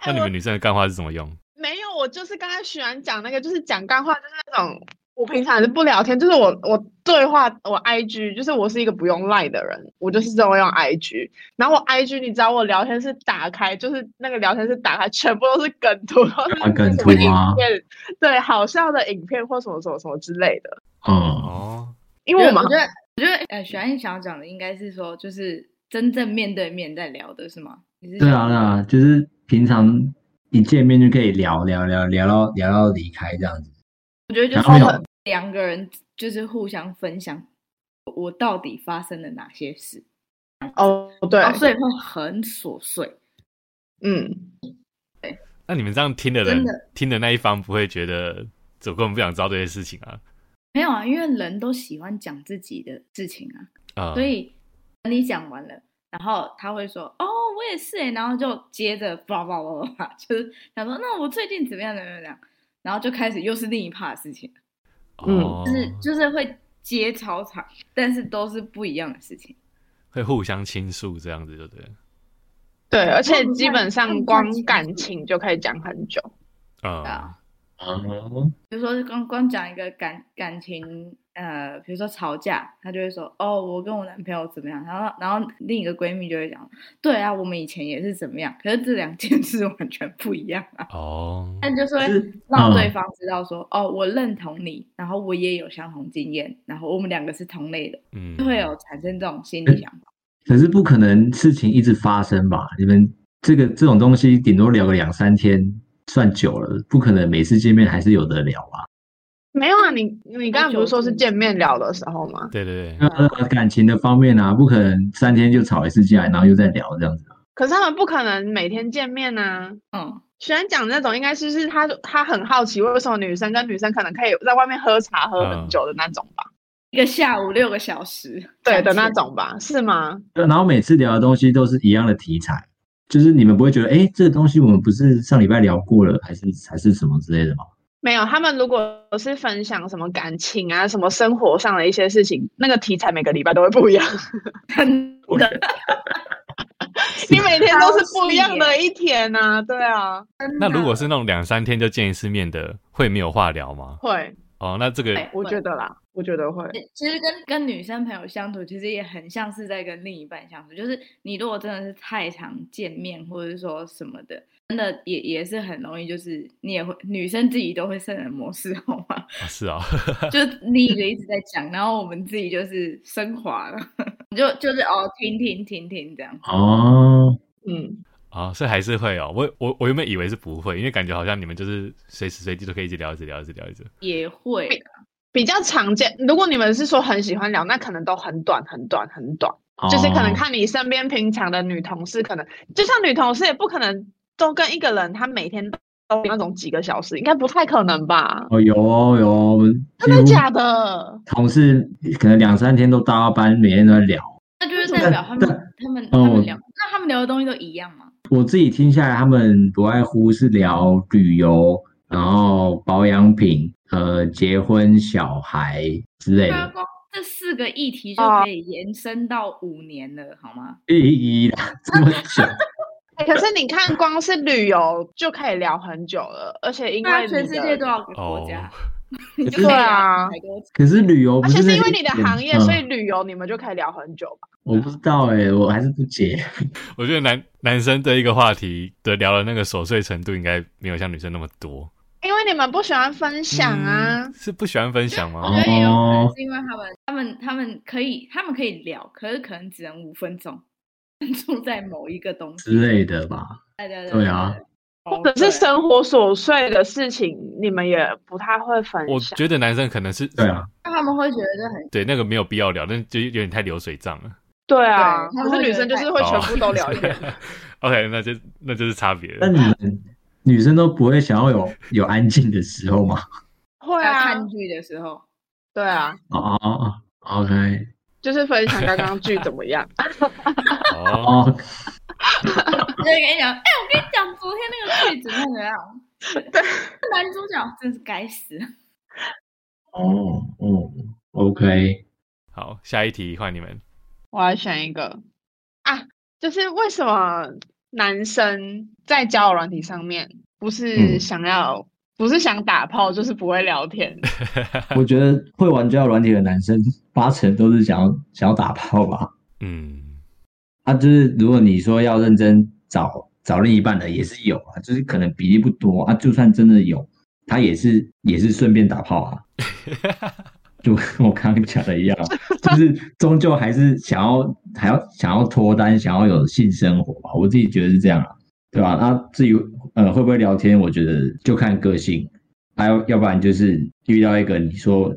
A: 那
D: 哎，
A: 你
D: 我
A: 们女生的干话是怎么用？
D: 没有，我就是刚才许然讲那个，就是讲干话，就是那种我平常也是不聊天，就是我我对话我 IG，就是我是一个不用赖的人，我就是只会用 IG。然后我 IG，你知道我聊天是打开，就是那个聊天是打开，全部都是梗图，都是
B: 啊梗
D: 什么
B: 图啊
D: 影片，对，好笑的影片或什么什么什么之类的。
B: 嗯，
A: 哦，
D: 因为我
C: 我
D: 们
C: 觉哎得，我觉得，呃，许安想要讲的应该是说，就是真正面对面在聊的是吗？你是
B: 对啊，
C: 想
B: 对啊，就是平常一见面就可以聊聊聊聊到聊到离开这样子。
C: 我觉得就
B: 然后
C: 是
B: 没有
C: 两个人就是互相分享我到底发生了哪些事，
D: 哦，对，
C: 然后所以会很琐碎。
D: 嗯，
A: 那你们这样听的人
C: 真的
A: 听的那一方不会觉得我根本不想知道这些事情啊？
C: 没有啊，因为人都喜欢讲自己的事情啊，
A: 啊、
B: 嗯
C: 所以等你讲完了，然后他会说：“哦，我也是欸。”然后就接着叭叭叭叭叭，就是想说：“那我最近怎么样怎么样怎么样？”然后就开始又是另一趴的事情，
D: 嗯
A: 哦
C: 就是就是会接超长，但是都是不一样的事情。
A: 会互相倾诉这样子，就对了。
D: 对，而且
C: 不算
D: 基本
C: 不
D: 上
C: 算
D: 光
C: 情
D: 感
C: 绪
D: 情就可以讲很久。
A: 啊、
C: 对啊
B: 哦，
C: 比如说光光讲一个感感情，呃，比如说吵架，她就会说：“哦，我跟我男朋友怎么样？”然后然后另一个闺蜜就会讲：“对啊，我们以前也是怎么样，可是这两件事 完全不一样啊。”
A: 哦，
C: 但就是会
B: 是
C: 让
B: 嗯
C: 对方知道说，哦，我认同你，然后我也有相同经验，然后我们两个是同类的，
A: 嗯，
C: 就会有产生这种心
D: 嗯
C: 理想法。
B: 可是不可能事情一直发生吧？你们这个这种东西顶多聊个两三天算久了，不可能每次见面还是有的聊啊吧？
D: 没有啊，你你刚才不是说是
C: 久
D: 见面聊的时候吗？
A: 对对
C: 嗯
A: 对，
B: 呃，
D: 嗯
B: 感情的方面啊，不可能三天就吵一次架，然后又再聊这样子。
D: 可是他们不可能每天见面啊。
C: 嗯，
D: 学然讲那种，应该是是他他很好奇为什么女生跟女生可能可以在外面喝茶喝
A: 嗯
D: 很久的那种吧，
C: 一个下午六个小时，
D: 对的
C: 感
D: 那
C: 觉
D: 种吧，是吗？
B: 对然后每次聊的东西都是一样的题材，就是你们不会觉得，哎，这个东西我们不是上礼拜聊过了，还是还是什么之类的吗？
D: 没有，他们如果是分享什么感情啊、什么生活上的一些事情，那个题材每个礼拜都会不一样，
C: 真的
D: 你每天都是不一样
C: 超
D: 的一天啊，对啊，
A: 那如果是那种两三天就见一次面的，会没有话聊吗？
D: 会，
A: 哦，那这个
C: 对
D: 我
C: 会嗯
D: 觉得啦，我觉得会，
C: 其实跟跟女生朋友相处，其实也很像是在跟另一半相处。就是你如果真的是太常见面，或者是说什么的，真的也也是很容易，就是你也会女生自己都会圣人模式， 好吗？
A: 啊是啊，
C: 就另一个一直在讲，然后我们自己就是升华了，就就是哦，停停停停这样。
B: 哦，
D: 嗯，
A: 啊，所以还是会 哦。我我我原本以为是不会，因为感觉好像你们就是随时随地都可以一直聊，一直聊，一直聊，一直聊。
C: 也会
D: 比比较常见。如果你们是说很喜欢聊，那可能都很短、很短、很短。就是可能
B: 哦
D: 看你身边平常的女同事，可能就像女同事也不可能都跟一个人，她每天都有那种几个小时，应该不太可能吧？
B: 哦，有哦有哦，我们
D: 真的
B: 几乎
D: 假的？
B: 同事可能两三天都搭到班，每天都在聊。
C: 那就是代表他们他们他
B: 哦
C: 们聊，那他们聊的东西都一样吗？
B: 我自己听下来，他们不外乎是聊旅游，然后保养品，呃，结婚、小孩之类
C: 对啊，
B: 的。
C: 光这四个议题就可以延伸到五年了，好吗？
D: 啊
B: 一一啦，这么久，
D: 哎可是你看，光是旅游就可以聊很久了，而且因
C: 对啊，
D: 为
C: 全
D: 你
C: 世
D: 的
C: 界多少个国家
A: 哦？
C: 你
B: 可是
C: 就可以
D: 对啊
C: 聊很多次
B: 可是旅游不
D: 而且啊是
B: 那
D: 因为
B: 一
D: 你的
B: 点
D: 行业，
B: 嗯
D: 所以旅游你们就可以聊很久吧？
B: 我不知道哎、我还是不解。
A: 我觉得男男生对一个话题的聊的那个琐碎程度，应该没有像女生那么多。
D: 因为你们不喜欢分享啊
A: 嗯，是不喜欢分享
C: 我
A: 吗？
C: 觉得也有可能
B: 哦
C: 是因为他们他们他们可以他们可以聊，可是可能只能五分钟，专注在某一个东西。
B: 之类的吧。
C: 对对
B: 对啊，
C: 或
D: 或者是生活琐碎的事情，你们也不太会分
A: 我
D: 享。
A: 觉得男生可能是
B: 对啊，
C: 他们会觉得很
A: 对那个没有必要聊，但就有点太流水账了。
D: 对啊，
C: 对他们
D: 可是
C: 会觉
D: 女
C: 得
D: 生就
C: 太
D: 是会全
A: 哦
D: 部都聊一 遍。
A: OK，那就那就是差别
B: 啊那
A: 了。
B: 你们女生都不会想要有有安静的时候吗？
D: 会
C: 要
D: 啊，
C: 看剧的时候，
D: 对啊，
B: 哦哦哦，OK，
D: 就是分享刚刚剧怎么 样？
A: 哦，
B: 哦，
C: 就会跟你讲，哎、我跟你讲，昨天那个剧怎么样怎么样？对，男主角真是该死。
B: 哦，哦，OK，
A: 好，下一题换你们。
D: 我要选一个啊，就是为什么男生在交友软体上面不是
B: 嗯
D: 想要，不是想打炮，就是不会聊 天？
B: 我觉得会玩交友软体的男生八成都是想要想要打炮吧。
A: 嗯，
B: 啊，就是如果你说要认真找找另一半的，也是有啊，就是可能比例不多啊，就算真的有，他也是也是顺便打炮啊。就跟我刚刚讲的一样，啊就是终究还是想要还要想要脱单，想要有性生活吧。我自己觉得是这样啊，对吧？那至于呃会不会聊天，我觉得就看个性，还要要不然就是遇到一个你说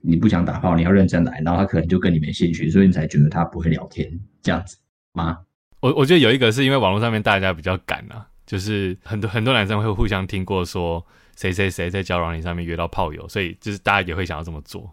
B: 你不想打炮，你要认真来，然后他可能就跟你没兴趣，所以你才觉得他不会聊天这样子吗？
A: 我我觉得有一个是因为网络上面大家比较敢啊，就是很多很多男生会互相听过说谁谁谁在交友软件上面约到炮友，所以就是大家也会想要这么做。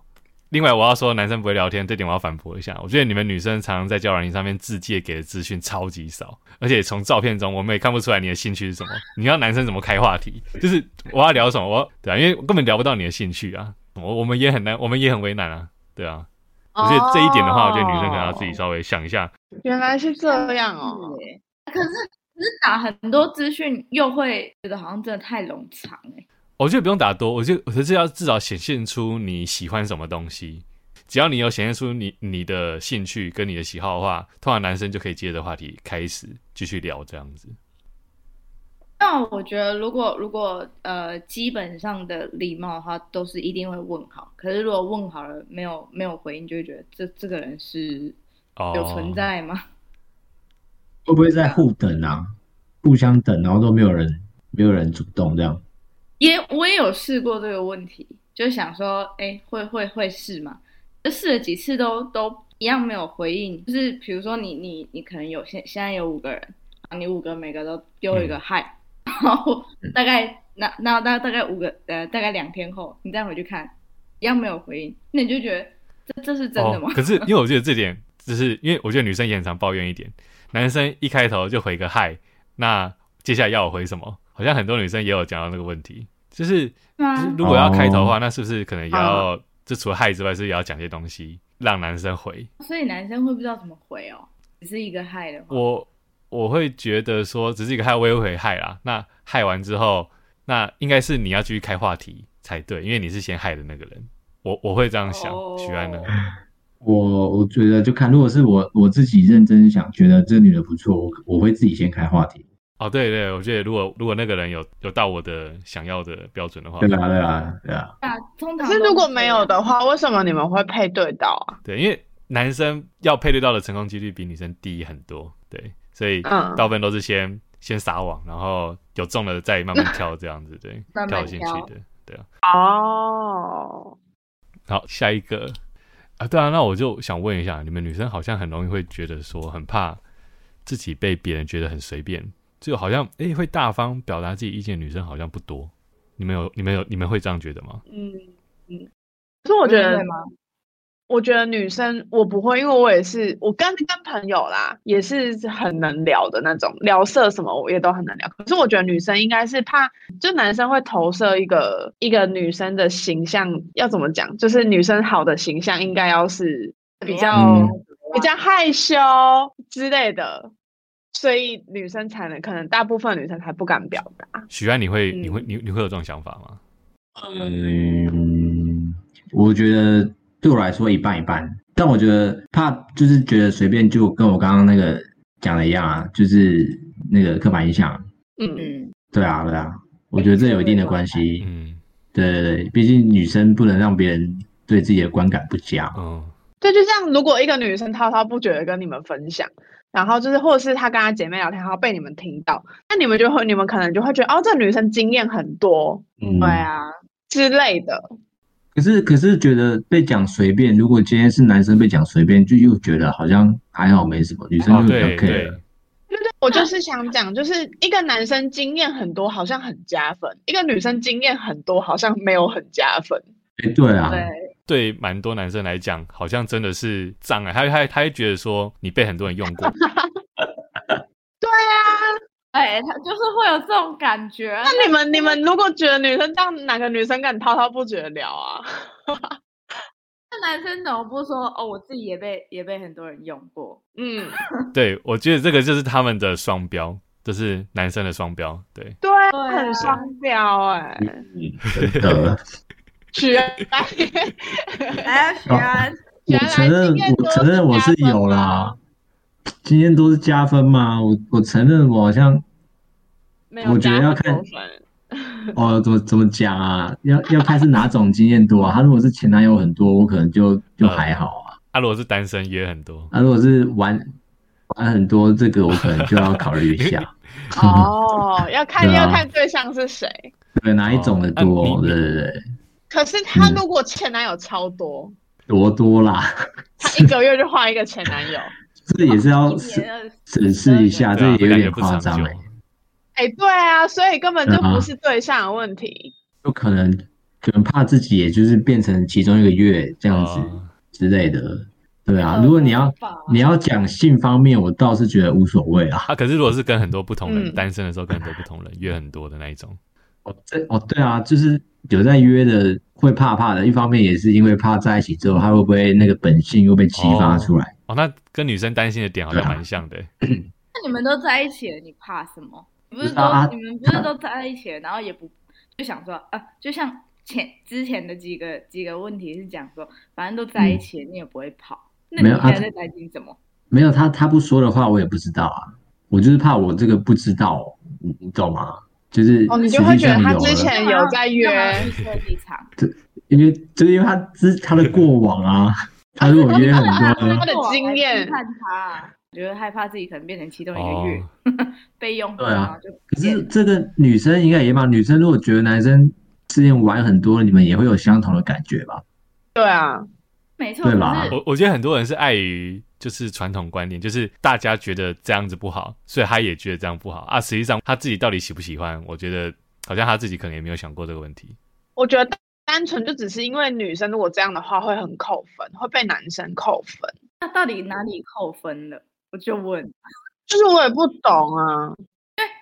A: 另外，我要说男生不会聊天这点，我要反驳一下。我觉得你们女生常常在交友软件上面自介给的资讯超级少，而且从照片中我们也看不出来你的兴趣是什么。你要男生怎么开话题？就是我要聊什么，我要对啊，因为根本聊不到你的兴趣啊。我我们也很难，我们也很为难啊，对啊。我觉得这一点的话，我觉得女生可能要自己稍微想一下，
D: 哦原来是这样哦。
C: 对，可是可是打很多资讯又会觉得好像真的太冗长哎、
A: 我觉得不用打多，我觉得可是要至少显现出你喜欢什么东西。只要你有显现出你你的兴趣跟你的喜好的话，通常男生就可以接着话题开始继续聊这样子。
C: 那我觉得，如果如果呃，基本上的礼貌的话，都是一定会问好。可是如果问好了没有没有回应，就会觉得这这个人是
A: 哦，
C: 有存在吗？
B: 会不会在互等啊，互相等，然后都没有人没有人主动这样？
C: 也我也有试过这个问题，就想说，哎，会会会试嘛？就试了几次都都一样没有回应。就是比如说你你你可能有现现在有五个人，啊你五个每个都丢
A: 嗯
C: 一个嗨、然后大概那那大大概五个呃大概两天后，你再回去看，一样没有回应，那你就觉得这这是真的吗？
A: 哦？可是因为我觉得这点，就是因为我觉得女生也很常抱怨一点，男生一开头就回个嗨，那接下来要我回什么？好像很多女生也有讲到那个问题，就是
C: 是吗
A: 就是如果要开头的话，那是不是可能也要、
D: 啊
A: 就除了嗨之外，是不是也要讲些东西让男生回？
C: 所以男生会不知道怎么回哦，只是一个嗨的话，
A: 我我会觉得说，只是一个害，我也会害啦。那害完之后，那应该是你要继续开话题才对，因为你是先害的那个人。我我会这样想，
C: 哦
A: 许安呢？
B: 我我觉得就看，如果是我我自己认真想，觉得这女的不错，我我会自己先开话题。
A: 哦，对对，我觉得如果如果那个人有有到我的想要的标准的话
B: 对，啊，对啊，对啊，
C: 那通常
D: 可是
C: 都
D: 如果
C: 这
D: 没
C: 样
D: 有的话，为什么你们会配对到啊？
A: 对，因为男生要配对到的成功几率比女生低很多，对，所以
D: 嗯
A: 大部分都是先先撒网，然后有中了再慢慢挑这样子，对，
C: 慢慢
A: 挑有兴趣
C: 挑
A: 的。啊
D: 啊哦，
A: 好，下一个啊，对啊，那我就想问一下，你们女生好像很容易会觉得说，很怕自己被别人觉得很随便，就好像诶、会大方表达自己意见，的女生好像不多。你们有你们有你们会这样觉得吗？
D: 嗯嗯。可是我觉
C: 你
D: 得
C: 会吗？
D: 我觉得女生我不会，因为我也是，我跟跟朋友啦，也是很能聊的那种，聊色什么我也都很能聊。可是我觉得女生应该是怕，就男生会投射一个一个女生的形象，要怎么讲？就是女生好的形象应该要是比较、
B: 嗯
D: 比较害羞之类的，所以女生才能，可能大部分女生才不敢表达。
A: 许安，你会
D: 嗯
A: 你会你你会有这种想法吗？
B: 嗯，我觉得对我来说一半一半，但我觉得怕就是觉得随便就跟我刚刚那个讲的一样啊，就是那个刻板印象。啊
D: 嗯，
C: 嗯，
B: 对啊，对啊，我觉得这有一定的关系。
A: 嗯
B: 对对对，毕竟女生不能让别人对自己的观感不佳。
A: 嗯，
D: 对，就像如果一个女生滔滔不绝的跟你们分享，然后就是或者是她跟她姐妹聊天，然后被你们听到，那你们就会你们可能就会觉得哦，这女生经验很多
B: 嗯，
C: 对啊，
D: 之类的。
B: 可是可是觉得被讲随便，如果今天是男生被讲随便，就又觉得好像还好没什么，女生
A: 哦
B: 就比较
A: 对
B: care
A: 对
B: 了。，
D: 对对，我就是想讲，就是一个男生经验很多好像很加分，一个女生经验很多好像没有很加分。
B: 哎、对
A: 嗯
B: 啊，
C: 对，
A: 对蛮多男生来讲，好像真的是障碍，他他他会觉得说你被很多人用过，
D: 对啊，
C: 哎、他就是会有这种感觉。啊
D: 那你们你们如果觉得女生这样，哪个女生敢滔滔不绝地聊啊？
C: 那男生怎么不说？哦，我自己也被也被很多人用 过。
D: 嗯，
A: 对我觉得这个就是他们的双标，这、是男生的双标，对。
D: 对啊，
C: 对啊
D: 很双标哎、
B: 嗯真的，
D: 学来
C: 哎，许安，
B: 我
D: 原
B: 承
D: 来
B: 认
D: 经验，
B: 我
D: 都
B: 承认我是
D: 加分
B: 有啦
D: 吗。
B: 今天都是加分吗？我我承认我好像
D: 没有
B: 我觉得
D: 加
B: 要
D: 很多
B: 看
D: 分
B: 哦，怎么怎么讲啊？要要看是哪种经验多啊。他如果是前男友很多，我可能就就还好啊。
A: 啊，如果是单身也很多，
B: 啊，如果是玩玩很多，这个我可能就要考虑一 下，
D: 哦，要看、
B: 对啊
D: 要看对象是谁。
B: 对哪一种的
A: 哦
B: 多，
A: 啊你
B: 对对对，
D: 可是他
B: 嗯
D: 如果前男友超多，
B: 多多啦，
D: 他一个月就换一个前男友。
B: 这哦也是要
C: 一
B: 审
C: 年二十
B: 审视一下，
A: 哦对
B: 这
A: 啊，
B: 也有
A: 感觉
B: 点
A: 不
B: 夸
A: 长
B: 张
A: 久
B: 哎、。
D: 哎、对啊，所以根本就
B: 对啊
D: 不是对象的问题。
B: 有可能可能怕自己也就是变成其中一个月这样子
A: 哦
B: 之类的，对啊。如果你要你要讲性方面，我倒是觉得无所谓啊。
A: 啊，可是如果是跟很多不同人、
D: 嗯
A: 单身的时候，跟很多不同人约很多的那一种，
B: 哦，这哦对啊，就是有在约的会怕怕的，一方面也是因为怕在一起之后他会不会那个本性又被激发出来。
A: 哦，那跟女生担心的点好像
B: 对啊
A: 蛮像的欸、
C: 那你们都在一起了，你怕什么？你
B: 不
C: 不是
B: 是
C: 都、
B: 啊
C: 你们不是都在一起了，然后也不就想说啊，就像前之前的几个几个问题是讲说，反正都在一起了，你也不会跑，那你
B: 嗯没有啊
C: 现在在担心什么？
B: 没有他他不说的话，我也不知道啊。我就是怕我这个不知道，你你懂吗？就是
D: 哦，你
B: 实
D: 就会
B: 际
D: 觉得
B: 上
D: 他
B: 有
D: 之
B: 了，
D: 前有在约，
C: 干嘛去设计场，
B: 因为就是因为他之他的过往 啊，他如果约很多
D: 他的经验
C: 看他啊，觉得害怕自己可能变成其中一个月、
A: 哦
C: 被用过，
B: 对啊
C: 然后就不
B: 可
C: 见
B: 是
C: 了。
B: 这个女生应该也吧？女生如果觉得男生之前玩很多，你们也会有相同的感觉吧？
D: 对啊，
C: 没错，
B: 对
C: 可
B: 吧
C: 是
A: 我我觉得很多人是碍于就是传统观念，就是大家觉得这样子不好，所以他也觉得这样不好啊。实际上他自己到底喜不喜欢，我觉得好像他自己可能也没有想过这个问题。
D: 我觉得单纯就只是因为女生如果这样的话会很扣分，会被男生扣分。
C: 那到底哪里扣分了？我就问。
D: 就是我也不懂啊，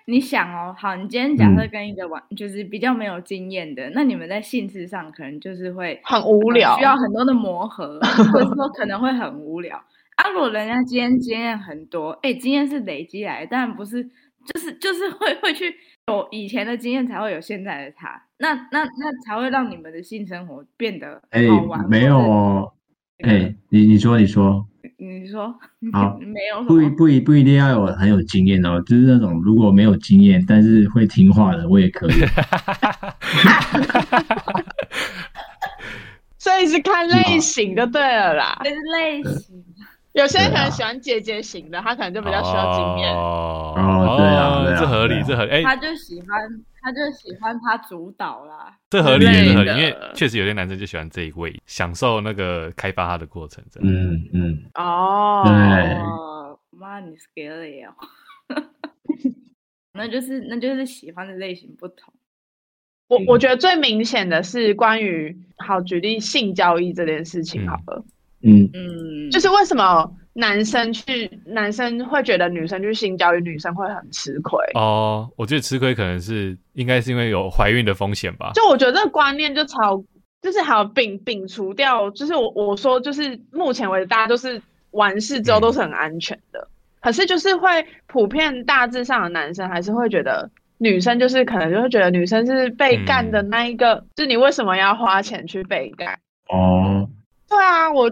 C: 你想哦，好，你今天假设
B: 嗯
C: 跟一个玩、就是比较没有经验的，那你们在性事上可能就是会
D: 很无
C: 呃
D: 聊
C: 需。要很多的磨 合，或者说可能会很无聊。啊，如果人家今天经验很多，哎，经验是累积来的，但不是就是就是会会去有以前的经验才会有现在的他，那那那才会让你们的性生活变得
B: 哎、
C: 好玩。
B: 没有哦，
C: 或
B: 哎、
C: 是，
B: 你你说你说，
C: 你说
B: 好
C: 没有什
B: 不一
C: 么
B: 不一不一定要有很有经验哦，就是那种如果没有经验但是会听话的，我也可以。
D: 所以是看类型就对了啦。
C: 这是类型。
D: 有些人可
B: 对啊
D: 能喜欢姐姐型的，他可能就比较需要经验。
A: 哦
B: 哦对啊对啊
A: 这合
B: 对
A: 理，
B: 啊
A: 这合理，哎、
C: 他就喜欢，他就喜欢他主导啦。
A: 这合理，
D: 之类
A: 这合理，
D: 的
A: 因为确实有些男生就喜欢这一位，享受那个开发他的过程，真的。
B: 嗯嗯，
D: 哦，
B: 对
C: 哦，妈，你是给了耶！那就是那就是喜欢的类型不同。
D: 我
A: 嗯
D: 我觉得最明显的是关于，好举例性交易这件事情好了，
B: 嗯，
C: 嗯，
D: 就是为什么男生去男生会觉得女生去性交易，女生会很吃亏。
A: 哦，我觉得吃亏可能是应该是因为有怀孕的风险吧。
D: 就我觉得这个观念就超，就是还有摒摒除掉，就是我我说就是目前为止大家都是完事之后
A: 嗯
D: 都是很安全的，可是就是会普遍大致上的男生还是会觉得。女生就是可能就会觉得女生是被干的
A: 嗯
D: 那一个，就你为什么要花钱去被干？
B: 哦，
D: 对啊，我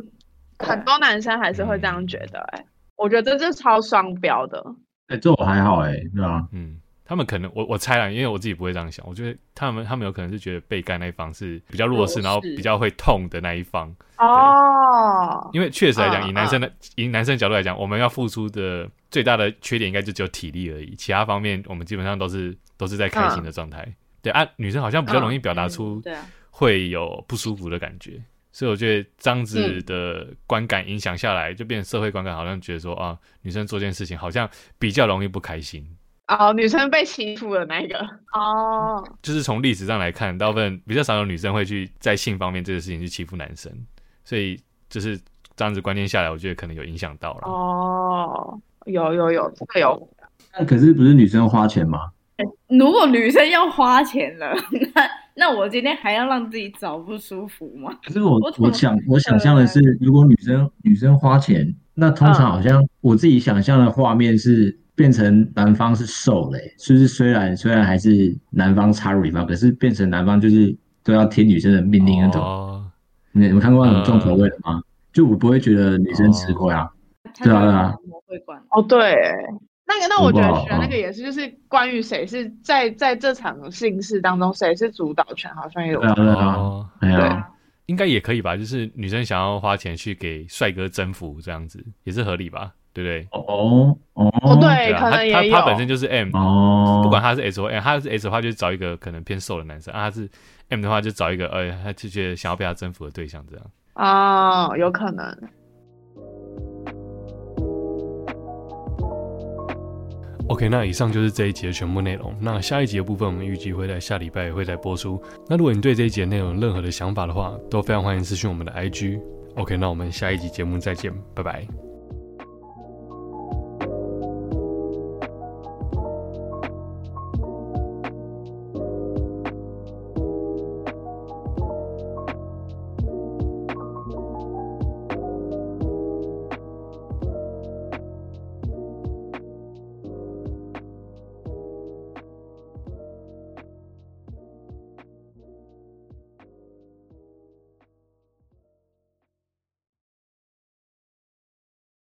D: 很多男生还是会这样觉得、欸，我觉得这是超双标的。
B: 哎、这我还好哎、对吧、
A: 嗯，他们可能我我猜啦，因为我自己不会这样想，我觉得他们他们有可能是觉得被干那一方是比较弱势，
C: 弱势
A: 然后比较会痛的那一方。
D: 哦，
A: 因为确实来讲，
D: 嗯
A: 以男生的以男生的角度来讲，我们要付出的最大的缺点应该就只有体力而已，其他方面我们基本上都是都是在开心的状态。对啊，女生好像比较容易表达
C: 嗯
A: 出
C: 对啊
A: 会有不舒服的感觉，所以我觉得这样子
D: 嗯
A: 的观感影响下来，就变成社会观感，好像觉得说啊，女生做这件事情好像比较容易不开心。
D: 哦，女生被欺负的那一个。哦，
A: 就是从历史上来看，大部分比较少有女生会去在性方面这个事情去欺负男生，所以就是这样子观念下来，我觉得可能有影响到了。
D: 哦，有有有，这个有。
B: 那可是不是女生花钱吗？
C: 如果女生要花钱了，那那我今天还要让自己找不舒服吗？
B: 可是我
C: 我怎么
B: 我想我想象的是，如果女生女生花钱，那通常好像我自己想象的画面是变成男方是受累、就是虽然虽然还是男方插入女方，可是变成男方就是都要听女生的命令那种。
A: 哦，嗯
B: 你你们看过那种重口味的
A: 哦
B: 吗？就我不会觉得女生吃亏啊，
C: 她就
B: 对啊
C: 会
B: 对啊
C: 管我会管。
D: 哦哦，对，那个，那我觉
B: 不
D: 得
A: 啊
B: 好
D: 学那个也是，就是关于谁是在在这场姓氏当中谁是主导权，好像也有
B: 对啊，对啊，
A: 哦，
B: 哎
C: 对
B: 呀，
C: 啊，
A: 应该也可以吧？就是女生想要花钱去给帅哥征服，这样子也是合理吧？对不对？
B: 哦哦
D: 哦，对，
A: 啊，
D: 可能
A: 他
D: 也有。
A: 他他本身就是 M，
B: 哦，
A: 不管他是 S 或 M，他是 S 的话就找一个可能偏瘦的男生啊，他是 M 的话就找一个呃，他就觉得想要被他征服的对象这样。
D: 哦，有可能。
A: OK，那以上就是这一集的全部内容。那下一集的部分，我们预计会在下礼拜会再播出。那如果你对这一集的内容有任何的想法的话，都非常欢迎私讯我们的 IG。OK，那我们下一集节目再见，拜拜。